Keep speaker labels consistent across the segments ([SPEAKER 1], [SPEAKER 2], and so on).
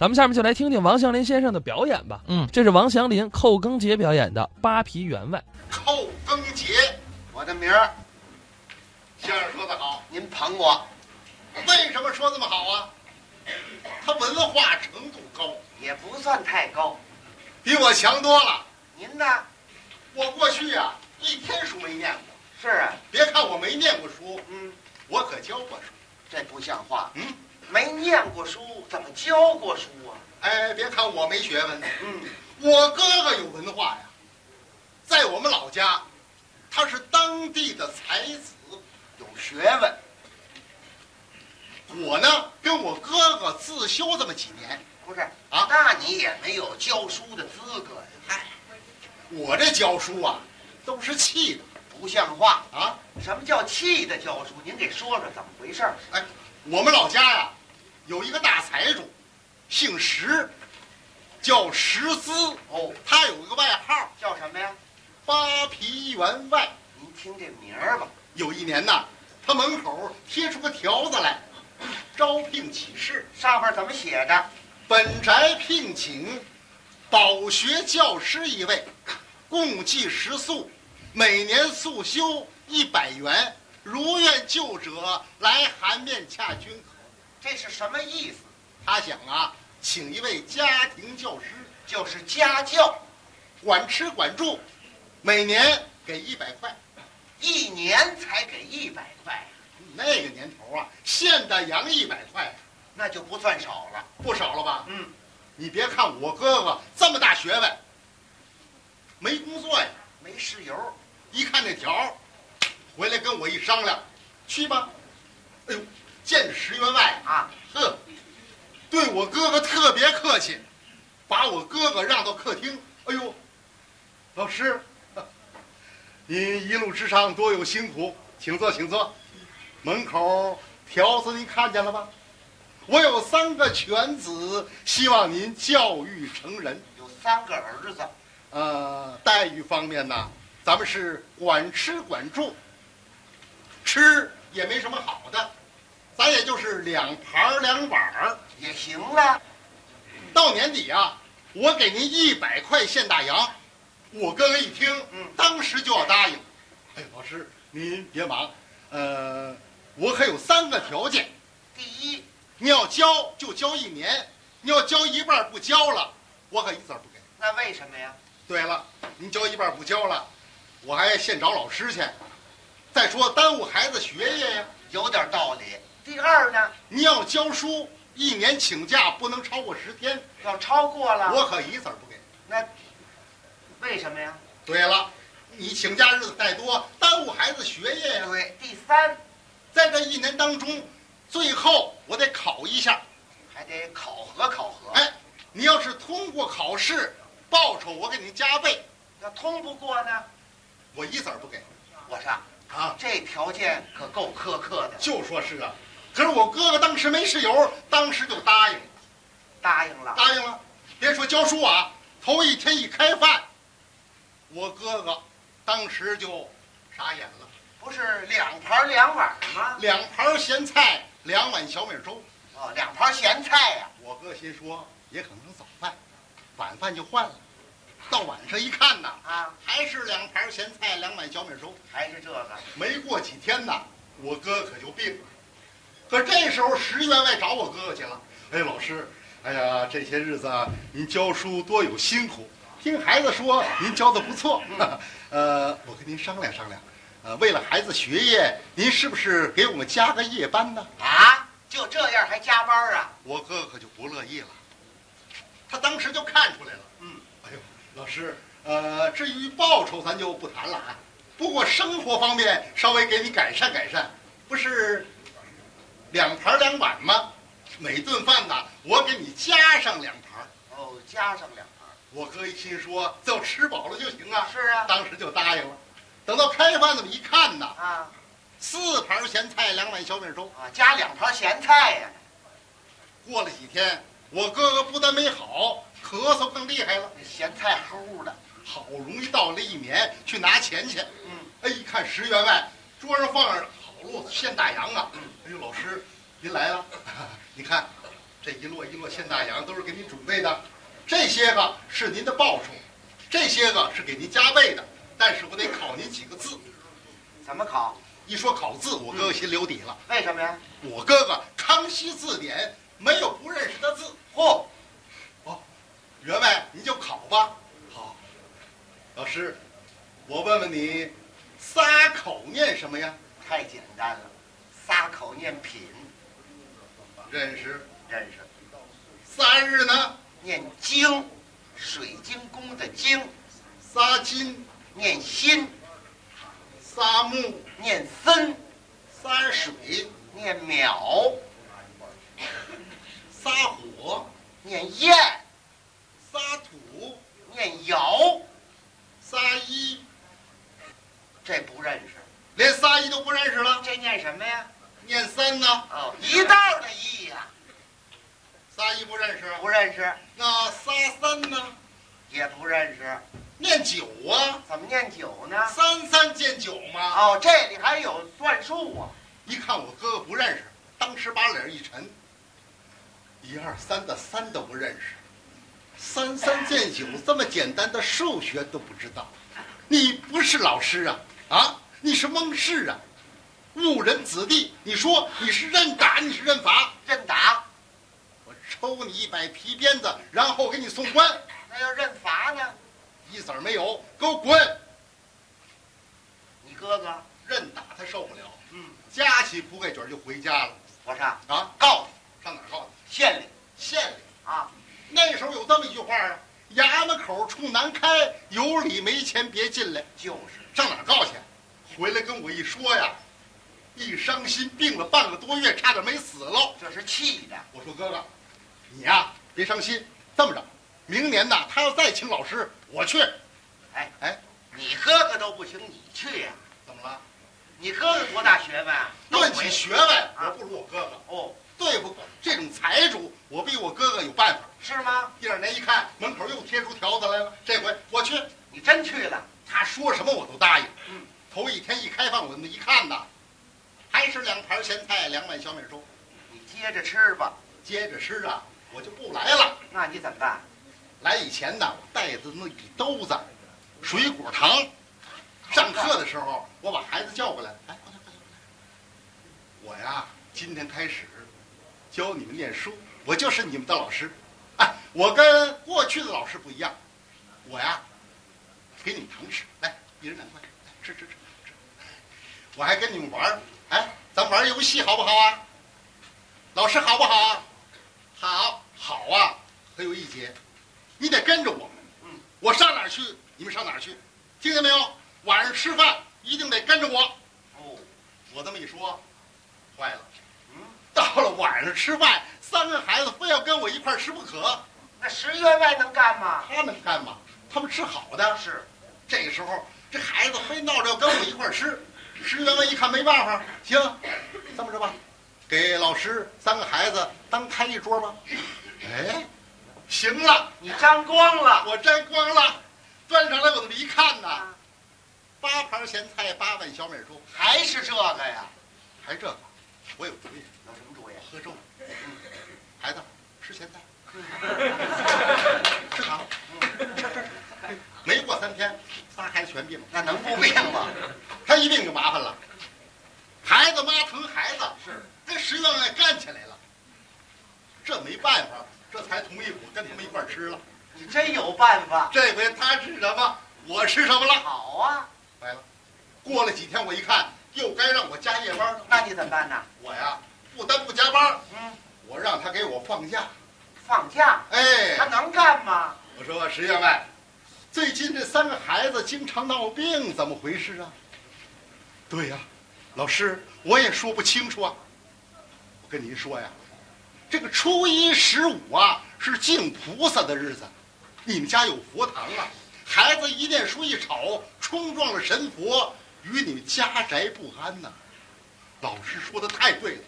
[SPEAKER 1] 咱们下面就来听听王祥林先生的表演吧。
[SPEAKER 2] 嗯，
[SPEAKER 1] 这是王祥林、寇更杰表演的《扒皮员外》。
[SPEAKER 3] 寇更杰，我的名儿。相声说得好，您捧我。为什么说这么好啊？他文化程度高，
[SPEAKER 4] 也不算太高。
[SPEAKER 3] 比我强多了。
[SPEAKER 4] 您呢？
[SPEAKER 3] 我过去呀、一天书没念过。
[SPEAKER 4] 是啊，
[SPEAKER 3] 别看我没念过书，
[SPEAKER 4] 嗯，
[SPEAKER 3] 我可教过书。
[SPEAKER 4] 这不像话。
[SPEAKER 3] 嗯，
[SPEAKER 4] 没念过书，怎么教过书啊？
[SPEAKER 3] 哎，别看我没学问，
[SPEAKER 4] 嗯，
[SPEAKER 3] 我哥哥有文化呀。在我们老家，他是当地的才子，
[SPEAKER 4] 有学问。
[SPEAKER 3] 我呢，跟我哥哥自修这么几年，
[SPEAKER 4] 不是
[SPEAKER 3] 啊
[SPEAKER 4] 那你也没有教书的资格呀。嗨，
[SPEAKER 3] 我这教书啊，都是气的
[SPEAKER 4] 不像话。
[SPEAKER 3] 啊。
[SPEAKER 4] 什么叫气的教书？您给说说怎么回事儿？
[SPEAKER 3] 哎我们老家呀、有一个大财主，姓石，叫石资。
[SPEAKER 4] 哦，
[SPEAKER 3] 他有一个外号
[SPEAKER 4] 叫什么呀？
[SPEAKER 3] “扒皮员外
[SPEAKER 4] 您听这名儿吧。”。
[SPEAKER 3] 有一年呐，他门口贴出个条子来，招聘启事：
[SPEAKER 4] 上面怎么写的？
[SPEAKER 3] 本宅聘请饱学教师一位，共计食宿，每年速修一百元。如愿就者，来函面洽均可。
[SPEAKER 4] 这是什么意思？
[SPEAKER 3] 他想啊，请一位家庭教师。
[SPEAKER 4] 就是家教，
[SPEAKER 3] 管吃管住，每年给一百块。
[SPEAKER 4] 一年才给一百块，
[SPEAKER 3] 那个年头啊，现大洋一百块
[SPEAKER 4] 那就不算少了。
[SPEAKER 3] 不少了吧？
[SPEAKER 4] 嗯，
[SPEAKER 3] 你别看我哥哥这么大学问，没工作呀。
[SPEAKER 4] 没事由。
[SPEAKER 3] 一看那条儿，回来跟我一商量，去吧。哎呦，见石员外，
[SPEAKER 4] 啊，
[SPEAKER 3] 呵，对我哥哥特别客气，把我哥哥让到客厅。哎呦，老师，您一路之上多有辛苦，请坐，请坐。门口条子您看见了吧？我有三个犬子，希望您教育成人。
[SPEAKER 4] 有三个儿子，
[SPEAKER 3] 呃，待遇方面呢，咱们是管吃管住，吃也没什么好的，咱也就是两盘儿两碗儿。
[SPEAKER 4] 也行啊了。
[SPEAKER 3] 到年底啊，我给您一百块现大洋。我哥哥一听，
[SPEAKER 4] 嗯
[SPEAKER 3] 当时就要答应。哎，老师您别忙，呃，我可有三个条件，
[SPEAKER 4] 第一，
[SPEAKER 3] 你要交就交一年，你要交一半不交了，我可一子儿不给。
[SPEAKER 4] 那为什么呀？
[SPEAKER 3] 对了，您交一半不交了，我还现找老师去。再说耽误孩子学业呀，
[SPEAKER 4] 有点道理。第二呢，
[SPEAKER 3] 你要教书，一年请假不能超过十天，
[SPEAKER 4] 要超过了，
[SPEAKER 3] 我可一子儿不给。
[SPEAKER 4] 为什么呀？
[SPEAKER 3] 对了，你请假日子太多，耽误孩子学业呀、
[SPEAKER 4] 对，第三
[SPEAKER 3] 在这一年当中，最后我得考一下。
[SPEAKER 4] 还得考核考核。
[SPEAKER 3] 哎，你要是通过考试，报酬我给你加倍，
[SPEAKER 4] 要通不过呢？
[SPEAKER 3] 我一子儿不给
[SPEAKER 4] 我说啊
[SPEAKER 3] 啊！
[SPEAKER 4] 这条件可够苛刻的，
[SPEAKER 3] 就说是啊，可是我哥哥当时没事由，当时就答应了，
[SPEAKER 4] 答应了。
[SPEAKER 3] 答应了。别说教书啊，头一天一开饭，我哥哥当时就傻眼了，
[SPEAKER 4] 不是两盘两碗吗？
[SPEAKER 3] 两盘咸菜，两碗小米粥。
[SPEAKER 4] 哦，两盘咸菜呀、
[SPEAKER 3] 我哥心说，也可能是早饭，晚饭就换了。到晚上一看呐，
[SPEAKER 4] 啊！
[SPEAKER 3] 还是两盘咸菜，两碗小米粥。
[SPEAKER 4] 还是这个。
[SPEAKER 3] 没过几天呐，我哥可就病了。可这时候石员外找我哥哥去了。哎，老师，哎呀，这些日子啊，您教书多有辛苦，听孩子说您教的不错。 呃，我跟您商量商量，呃，为了孩子学业，您是不是给我们加个夜班呢？
[SPEAKER 4] 啊，就这样还加班啊？
[SPEAKER 3] 我哥哥可就不乐意了，他当时就看出来了。
[SPEAKER 4] 嗯，
[SPEAKER 3] 哎呦，老师，呃，至于报酬咱就不谈了啊，不过生活方面稍微给你改善改善，不是两盘儿两碗吗？每顿饭呐，我给你加上两盘儿。
[SPEAKER 4] 哦，加上两盘。
[SPEAKER 3] 我哥一心说，只要吃饱了就行啊，
[SPEAKER 4] 是啊。
[SPEAKER 3] 当时就答应了。等到开饭那么一看呐，
[SPEAKER 4] 啊
[SPEAKER 3] 四盘儿咸菜，两碗小米粥。
[SPEAKER 4] 啊，加两盘咸菜呀、
[SPEAKER 3] 过了几天，我哥哥不但没好，咳嗽更厉害了。
[SPEAKER 4] 这咸菜齁的。
[SPEAKER 3] 好容易到了一年，去拿钱去。
[SPEAKER 4] 嗯，
[SPEAKER 3] 哎，一看十员外桌上 放着好路现大洋啊！哎呦，老师您来了，你看这这一摞一摞现大洋都是给您准备的，这些个是您的报酬，这些个是给您加倍的。但是我得考您几个字，
[SPEAKER 4] 怎么考？
[SPEAKER 3] 一说考字，我哥哥心留底了。
[SPEAKER 4] 为什么呀？
[SPEAKER 3] 我哥哥《康熙字典》没有不认识的字。哦
[SPEAKER 4] 嚯、
[SPEAKER 3] 员外，您就考吧。好，老师，我问问你，撒口念什么呀？
[SPEAKER 4] 太简单了，撒口念品
[SPEAKER 3] 认识。
[SPEAKER 4] 认识，
[SPEAKER 3] 撒日呢？
[SPEAKER 4] 念经，水晶宫的经，
[SPEAKER 3] 撒金、
[SPEAKER 4] 念心，
[SPEAKER 3] 撒木、
[SPEAKER 4] 念森，
[SPEAKER 3] 撒水、
[SPEAKER 4] 念秒，
[SPEAKER 3] 撒火、
[SPEAKER 4] 念焰，
[SPEAKER 3] 撒土、
[SPEAKER 4] 念尧，
[SPEAKER 3] 撒一，
[SPEAKER 4] 这不认识，
[SPEAKER 3] 连撒一都不认识了。
[SPEAKER 4] 这念什么呀？
[SPEAKER 3] 念三呢？
[SPEAKER 4] 哦，一道的一呀、
[SPEAKER 3] 撒一不认识。
[SPEAKER 4] 不认识，
[SPEAKER 3] 那撒三呢？
[SPEAKER 4] 也不认识，
[SPEAKER 3] 念九啊，
[SPEAKER 4] 怎么念九呢？
[SPEAKER 3] 三三见九嘛。
[SPEAKER 4] 哦，这里还有算术啊！
[SPEAKER 3] 一看我哥哥不认识，当时把脸一沉，一二三的三都不认识，三三见九这么简单的数学都不知道，你不是老师啊啊，你是蒙氏啊，误人子弟，你说你是认打你是认罚，
[SPEAKER 4] 认打，
[SPEAKER 3] 我抽你一百皮鞭子，然后给你送官，
[SPEAKER 4] 那要认罚呢？
[SPEAKER 3] 一子儿没有，给我滚！
[SPEAKER 4] 你哥哥
[SPEAKER 3] 认打他受不了，
[SPEAKER 4] 嗯，
[SPEAKER 3] 夹起铺盖卷就回家了
[SPEAKER 4] 我上
[SPEAKER 3] 啊，
[SPEAKER 4] 告你
[SPEAKER 3] 上哪儿告去？
[SPEAKER 4] 县里
[SPEAKER 3] 县里。
[SPEAKER 4] 啊！
[SPEAKER 3] 那时候有这么一句话啊：“衙门口处难开，有理没钱别进来。
[SPEAKER 4] 就是”
[SPEAKER 3] 上哪儿告去？啊回来跟我一说呀，一伤心，病了半个多月，差点没死喽。
[SPEAKER 4] 这是气的，
[SPEAKER 3] 我说哥哥，你呀、别伤心，这么着，明年呐，他要再请老师，我去。
[SPEAKER 4] 哎
[SPEAKER 3] 哎，
[SPEAKER 4] 你哥哥都不行，你去呀、
[SPEAKER 3] 怎么了？
[SPEAKER 4] 你哥哥多大学问啊？
[SPEAKER 3] 论起学问，
[SPEAKER 4] 啊
[SPEAKER 3] 我不如我哥哥。
[SPEAKER 4] 哦，
[SPEAKER 3] 对付这种财主，我比我哥哥有办法。
[SPEAKER 4] 是吗？
[SPEAKER 3] 第二年一看，门口又贴出条子来了，这回我去。
[SPEAKER 4] 你真去了？
[SPEAKER 3] 他说什么我都答应。
[SPEAKER 4] 嗯，
[SPEAKER 3] 头一天一开饭，我那么一看呐，还是两盘咸菜，两碗小米粥。
[SPEAKER 4] 你接着吃吧。
[SPEAKER 3] 接着吃啊，我就不来了。
[SPEAKER 4] 那你怎么办？
[SPEAKER 3] 来以前呢，我带着那一兜子水果糖。上课的时候，我把孩子叫过来，哎，过来过来过来。我呀，今天开始教你们念书，我就是你们的老师。哎，我跟过去的老师不一样，我呀，给你们糖吃，来，一人两块，来吃吃吃吃。我还跟你们玩儿，哎，咱玩儿游戏好不好啊？老师好不好啊？好，好啊。可有一节，你得跟着我们。
[SPEAKER 4] 嗯，
[SPEAKER 3] 我上哪儿去，你们上哪儿去，听见没有？晚上吃饭一定得跟着我。
[SPEAKER 4] 哦，
[SPEAKER 3] 我这么一说，坏了，
[SPEAKER 4] 嗯，
[SPEAKER 3] 到了晚上吃饭，三个孩子非要跟我一块儿吃不可，
[SPEAKER 4] 那十员外能干吗？
[SPEAKER 3] 他们干嘛？他们吃好的。
[SPEAKER 4] 是，
[SPEAKER 3] 这个时候，这孩子非闹着要跟我一块儿吃。石员外一看没办法，行，这么着吧，给老师三个孩子单开一桌吧。哎，行了，
[SPEAKER 4] 你沾光了。
[SPEAKER 3] 我沾光了，端上来我这么一看呐。八盘咸菜，八碗小米粥，
[SPEAKER 4] 还是这个呀？
[SPEAKER 3] 还这个，我有主意，
[SPEAKER 4] 有什么主意？啊
[SPEAKER 3] 喝粥。孩子，吃咸菜，吃糖，吃吃吃。没过三天，仨孩子全病了。
[SPEAKER 4] 那能不病吗？
[SPEAKER 3] 他一病就麻烦了，孩子妈疼孩子，
[SPEAKER 4] 是
[SPEAKER 3] 跟石员外干起来了。这没办法，这才同意我跟他们一块儿吃了。
[SPEAKER 4] 你真有办法。
[SPEAKER 3] 这回他吃什么，我吃什么了。
[SPEAKER 4] 好啊，
[SPEAKER 3] 坏了，过了几天我一看，又该让我加夜班了。
[SPEAKER 4] 那你怎么办呢？
[SPEAKER 3] 我呀，不单不加班，
[SPEAKER 4] 嗯，
[SPEAKER 3] 我让他给我放假。
[SPEAKER 4] 放假，他
[SPEAKER 3] 哎，
[SPEAKER 4] 能干吗？
[SPEAKER 3] 我说石员外，最近这三个孩子经常闹病，怎么回事啊？对呀、老师，我也说不清楚啊。我跟您说呀，这个初一十五啊是敬菩萨的日子，你们家有佛堂啊，孩子一念书一吵，冲撞了神佛，与你们家宅不安呐、老师说的太对了，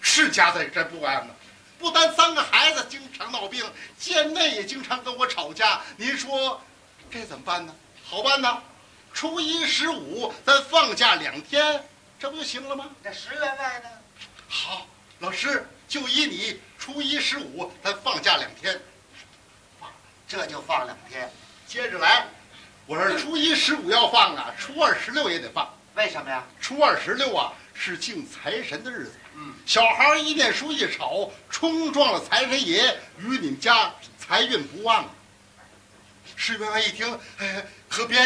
[SPEAKER 3] 是家宅宅不安呐、不单三个孩子经常闹病，县内也经常跟我吵架。您说这怎么办呢？好办呐，初一十五咱放假两天，这不就行了吗？
[SPEAKER 4] 那十员外呢？
[SPEAKER 3] 好，老师就依你初一十五咱放假两天，
[SPEAKER 4] 这就放两天，
[SPEAKER 3] 接着来。我说初一十五要放啊，初二十六也得放。
[SPEAKER 4] 为什么呀？
[SPEAKER 3] 初二十六啊是敬财神的日子，
[SPEAKER 4] 嗯，
[SPEAKER 3] 小孩儿一念书一吵，冲撞了财神爷，与你们家财运不旺。师员外一听，哎，可别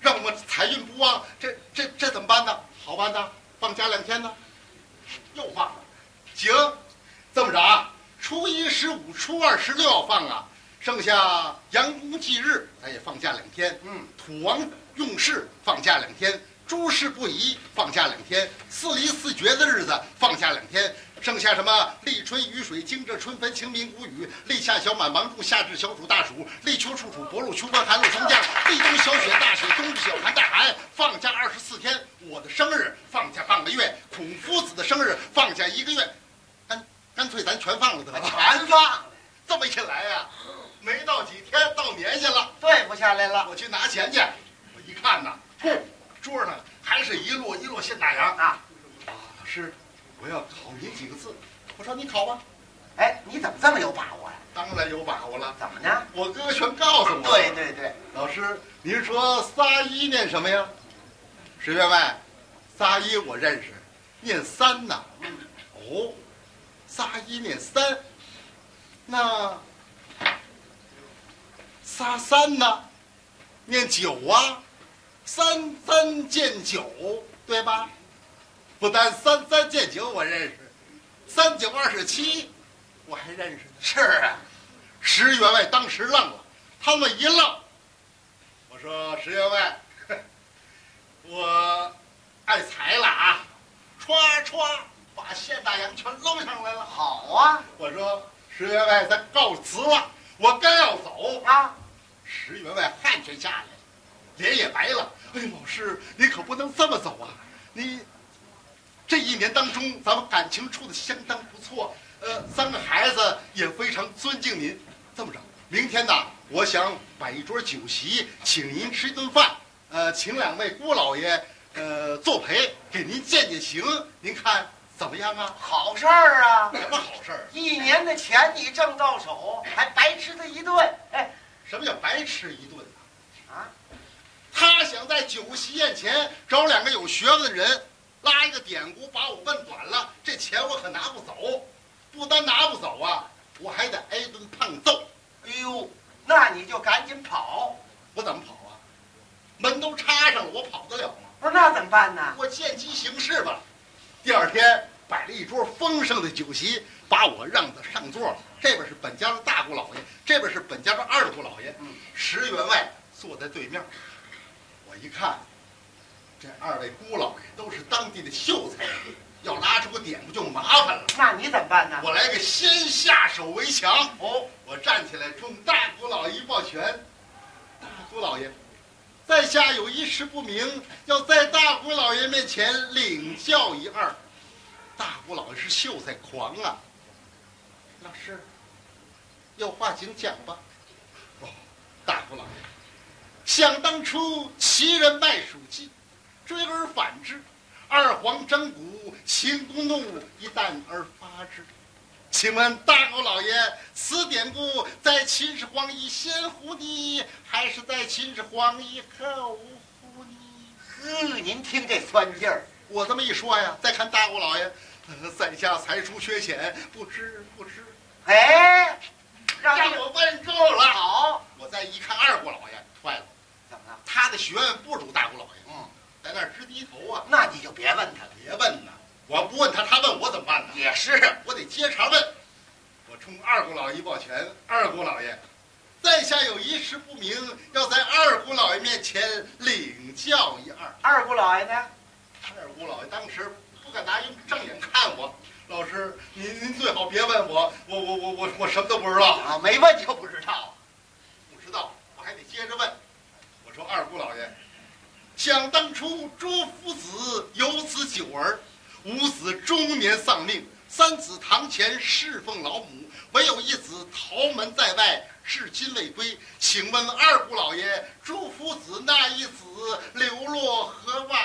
[SPEAKER 3] 让我财运不旺，这这这怎么办呢？好办呢，放假两天呢，又放了。行，这么着啊，初一十五、初二十六要放啊，剩下阳公祭日咱也放假两天。
[SPEAKER 4] 嗯，
[SPEAKER 3] 土王用事放假两天，诸事不宜放假两天，四离四绝的日子放假两天，剩下什么立春雨水、惊蛰春分、清明谷雨、立夏小满、芒种、夏至小暑、大暑、立秋处暑、薄露、秋分、寒露、霜降、立冬小雪、大雪、冬至小寒、大寒，放假二十四天。我的生日放假半个月，孔夫子的生日放假一个月，干干脆咱全放了得
[SPEAKER 4] 把
[SPEAKER 3] 了。
[SPEAKER 4] 全放了，
[SPEAKER 3] 这么一来呀、没到几天到年下了。
[SPEAKER 4] 对不下来了。
[SPEAKER 3] 我去拿钱去。我一看呐，嚯，桌上还是一摞一摞现大洋。
[SPEAKER 4] 啊，
[SPEAKER 3] 老师，我要考您几个字。我说你考吧。
[SPEAKER 4] 哎，你怎么这么有把握呀、
[SPEAKER 3] 当然有把握了，
[SPEAKER 4] 怎么呢？
[SPEAKER 3] 我哥全告诉我。
[SPEAKER 4] 对，对对，
[SPEAKER 3] 老师，您说仨一念什么呀？石员外，仨一我认识，念三呐。哦，仨一念三，那仨三呢？念九啊，三三见九，对吧？不但三三见九我认识，三九二十七我还认识呢。
[SPEAKER 4] 是啊，
[SPEAKER 3] 石员外当时愣了，他们一愣。我说石员外， 我爱财了啊！歘歘，把现大洋全搂上来了。
[SPEAKER 4] 好啊
[SPEAKER 3] 我说石员外，咱告辞了，我该要走。
[SPEAKER 4] 啊，
[SPEAKER 3] 石员外汗全下来了，脸也白了。哎呦，老师，你可不能这么走啊！你这一年当中，咱们感情处的相当不错，呃，三个孩子也非常尊敬您。这么着，明天呐，我想摆一桌酒席，请您吃一顿饭，呃，请两位姑老爷，呃，作陪，给您践践行，您看怎么样啊？
[SPEAKER 4] 好事儿啊！
[SPEAKER 3] 什么好事儿？
[SPEAKER 4] 一年的钱你挣到手，还白吃他一顿，哎，
[SPEAKER 3] 什么叫白吃一顿啊？
[SPEAKER 4] 啊，
[SPEAKER 3] 他想在酒席宴前找两个有学问的人，拉一个典故把我问短了，这钱我可拿不走。不单拿不走啊，我还得挨顿胖揍。
[SPEAKER 4] 哎呦，那你就赶紧跑，
[SPEAKER 3] 我怎么跑啊？门都插上了，我跑得了吗？
[SPEAKER 4] 不是那怎么办呢？
[SPEAKER 3] 我见机行事吧。第二天摆了一桌丰盛的酒席，把我让到上座了。这边是本家的大姑老爷，这边是本家的二姑老爷，
[SPEAKER 4] 嗯
[SPEAKER 3] 石员外坐在对面。我一看，这二位姑老爷都是当地的秀才，要拉出个典故就麻烦了。
[SPEAKER 4] 那你怎么办呢？
[SPEAKER 3] 我来个先下手为强。
[SPEAKER 4] 哦，
[SPEAKER 3] 我站起来冲大姑老爷一抱拳，大姑老爷，在下有一事不明，要在大姑老爷面前领教一二。大姑老爷是秀才狂啊，老师，有话请讲吧。哦，大姑老爷，想当初齐人卖蜀计，追而反之，二黄争骨，秦公怒，一旦而发之。请问大姑老爷，此典故在秦始皇以先乎呢，还是在秦始皇以后乎呢？
[SPEAKER 4] 呵，您听这酸劲儿，
[SPEAKER 3] 我这么一说呀，再看大姑老爷，呃在下才疏学浅，不知不知，
[SPEAKER 4] 哎，让
[SPEAKER 3] 让
[SPEAKER 4] 你
[SPEAKER 3] 我问够了。
[SPEAKER 4] 好，
[SPEAKER 3] 我再一看二姑老爷，坏了，
[SPEAKER 4] 怎么了？
[SPEAKER 3] 他的学问不如大姑老爷，
[SPEAKER 4] 嗯，
[SPEAKER 3] 在那儿直低头啊。
[SPEAKER 4] 那你就别问他了，
[SPEAKER 3] 别问呐，我要不问他，他问我怎么办呢？
[SPEAKER 4] 也是，
[SPEAKER 3] 我得接茬问。我冲二姑老爷一抱拳，二姑老爷，在下有一事不明，要在二姑老爷面前领教一二。
[SPEAKER 4] 二姑老爷呢？
[SPEAKER 3] 二姑老爷当时不敢拿用正眼看我，老师，您您最好别问我，我我我我我什么都不知道。
[SPEAKER 4] 啊，没问就不知道，
[SPEAKER 3] 不知道，我还得接着问。我说二姑老爷，想当初朱夫子有子九儿，五子中年丧命，三子堂前侍奉老母，唯有一子逃门在外，至今未归。请问二姑老爷，朱夫子那一子流落何往？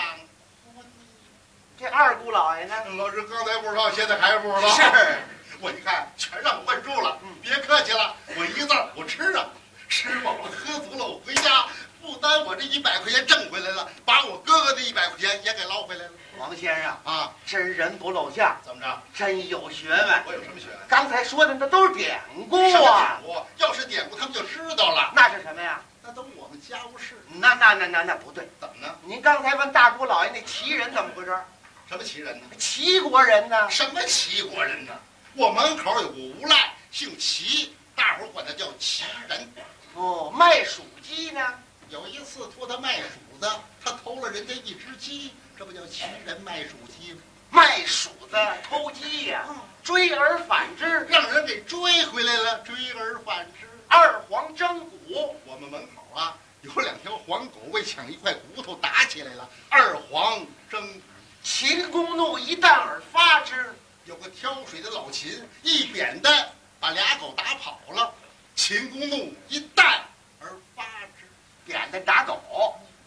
[SPEAKER 4] 这二姑老爷呢？
[SPEAKER 3] 老师刚才不知道，现在还不知道。
[SPEAKER 4] 是， 嗯
[SPEAKER 3] 我一看全让我问住了，别客气了，我一字儿我吃了，吃饱了喝足了，我回家不单我这一百块钱挣回来了，把我哥哥的一百块钱也给捞回来了
[SPEAKER 4] 王先生，
[SPEAKER 3] 啊！
[SPEAKER 4] 真人不露相，
[SPEAKER 3] 怎么着？
[SPEAKER 4] 真有学问。
[SPEAKER 3] 我有什么学问？
[SPEAKER 4] 刚才说的那都是典故
[SPEAKER 3] 什么
[SPEAKER 4] 啊
[SPEAKER 3] 典，故？要是典故，他们就知道了。
[SPEAKER 4] 那是什么呀？
[SPEAKER 3] 那都我们家务事，
[SPEAKER 4] 那那那那那不对。
[SPEAKER 3] 怎么呢？
[SPEAKER 4] 您刚才问大姑老爷那齐人怎么回事儿？
[SPEAKER 3] 什么奇人呢？
[SPEAKER 4] 齐国人呢？
[SPEAKER 3] 什么齐国人呢？我门口有个无赖，姓齐，大伙儿管他叫齐人。
[SPEAKER 4] 不，哦卖黍鸡呢？
[SPEAKER 3] 有一次托他卖黍子，他偷了人家一只鸡，这不叫齐人卖黍鸡吗？
[SPEAKER 4] 卖黍子偷鸡呀、追而反之，
[SPEAKER 3] 让人给追回来了，追而反之。
[SPEAKER 4] 二黄争骨。
[SPEAKER 3] 我们门口啊，有两条黄狗为抢一块骨头打起来了，二黄争。
[SPEAKER 4] 秦公怒，一旦而发之。
[SPEAKER 3] 有个挑水的老秦一扁担把俩狗打跑了，秦公怒一旦而发之。
[SPEAKER 4] 扁担打狗，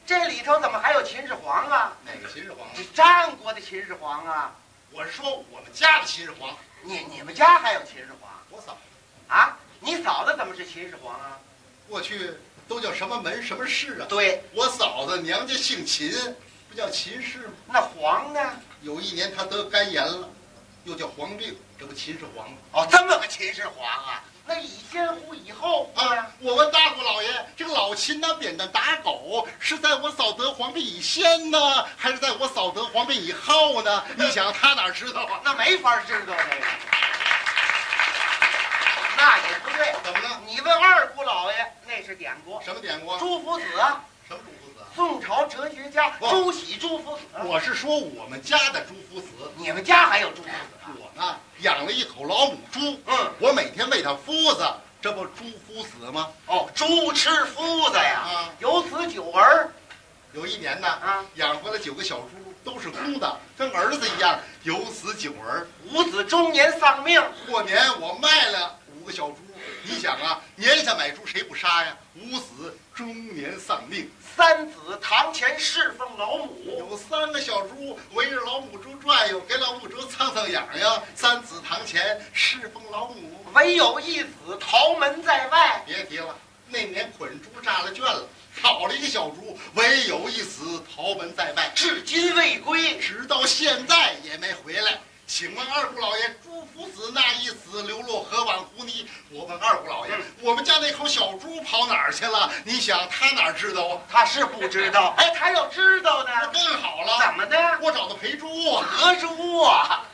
[SPEAKER 4] 这里头怎么还有秦始皇啊？
[SPEAKER 3] 哪个秦始皇啊？
[SPEAKER 4] 是战国的秦始皇啊！
[SPEAKER 3] 我是说我们家的秦始皇，
[SPEAKER 4] 你你们家还有秦始皇
[SPEAKER 3] 我嫂
[SPEAKER 4] 啊？你嫂子怎么是秦始皇啊？
[SPEAKER 3] 过去都叫什么门什么氏啊？
[SPEAKER 4] 对，
[SPEAKER 3] 我嫂子娘家姓秦，不叫秦氏吗？
[SPEAKER 4] 那皇呢？
[SPEAKER 3] 有一年她得肝炎了，又叫黄病，这不秦始皇吗？
[SPEAKER 4] 哦，这么个秦始皇啊？那以先乎以后乎呢？
[SPEAKER 3] 啊，我问大姑老爷，这个老秦拿扁担打狗，是在我嫂得黄病以先呢，还是在我嫂得黄病以后 呢？你想他哪知道啊？
[SPEAKER 4] 那没法知道这个。那也不对，
[SPEAKER 3] 怎么了？
[SPEAKER 4] 你问二姑老爷，那是典故。
[SPEAKER 3] 什么典故啊？
[SPEAKER 4] 朱夫子啊，
[SPEAKER 3] 什么朱夫子啊？
[SPEAKER 4] 宋朝哲学家
[SPEAKER 3] 哦
[SPEAKER 4] 朱熹朱夫子。
[SPEAKER 3] 我是说我们家的朱夫子，
[SPEAKER 4] 啊你们家还有朱夫子啊？
[SPEAKER 3] 我呢养了一口老母猪，
[SPEAKER 4] 嗯，
[SPEAKER 3] 我每天喂它麸子，这不猪麸子吗？
[SPEAKER 4] 哦，猪吃夫子呀，
[SPEAKER 3] 啊，
[SPEAKER 4] 有此九儿
[SPEAKER 3] 有一年呢，
[SPEAKER 4] 啊，
[SPEAKER 3] 养回来九个小猪，都是公的，跟儿子一样，有死九儿。
[SPEAKER 4] 五子中年丧命。
[SPEAKER 3] 过年我卖了五个小猪，你想啊，年下买猪谁不杀呀？无死中年丧命，
[SPEAKER 4] 三子堂前侍奉老母，
[SPEAKER 3] 有三个小猪围着老母猪转悠，给老母猪蹭蹭痒痒。三子堂前侍奉老母，
[SPEAKER 4] 唯有一子逃门在外。
[SPEAKER 3] 别提了，那年捆猪炸了圈了，跑了一个小猪，唯有一死逃门在外。
[SPEAKER 4] 至今未归，
[SPEAKER 3] 直到现在也没回来。请问二姑老爷，朱夫子那一死流落何往胡呢？我问二姑老爷，我们家那口小猪跑哪儿去了？你想他哪儿知道啊？
[SPEAKER 4] 他是不知道。哎，他要知道
[SPEAKER 3] 那
[SPEAKER 4] 呢，
[SPEAKER 3] 更好了，
[SPEAKER 4] 怎么的？
[SPEAKER 3] 我找他陪猪啊！
[SPEAKER 4] 何猪啊？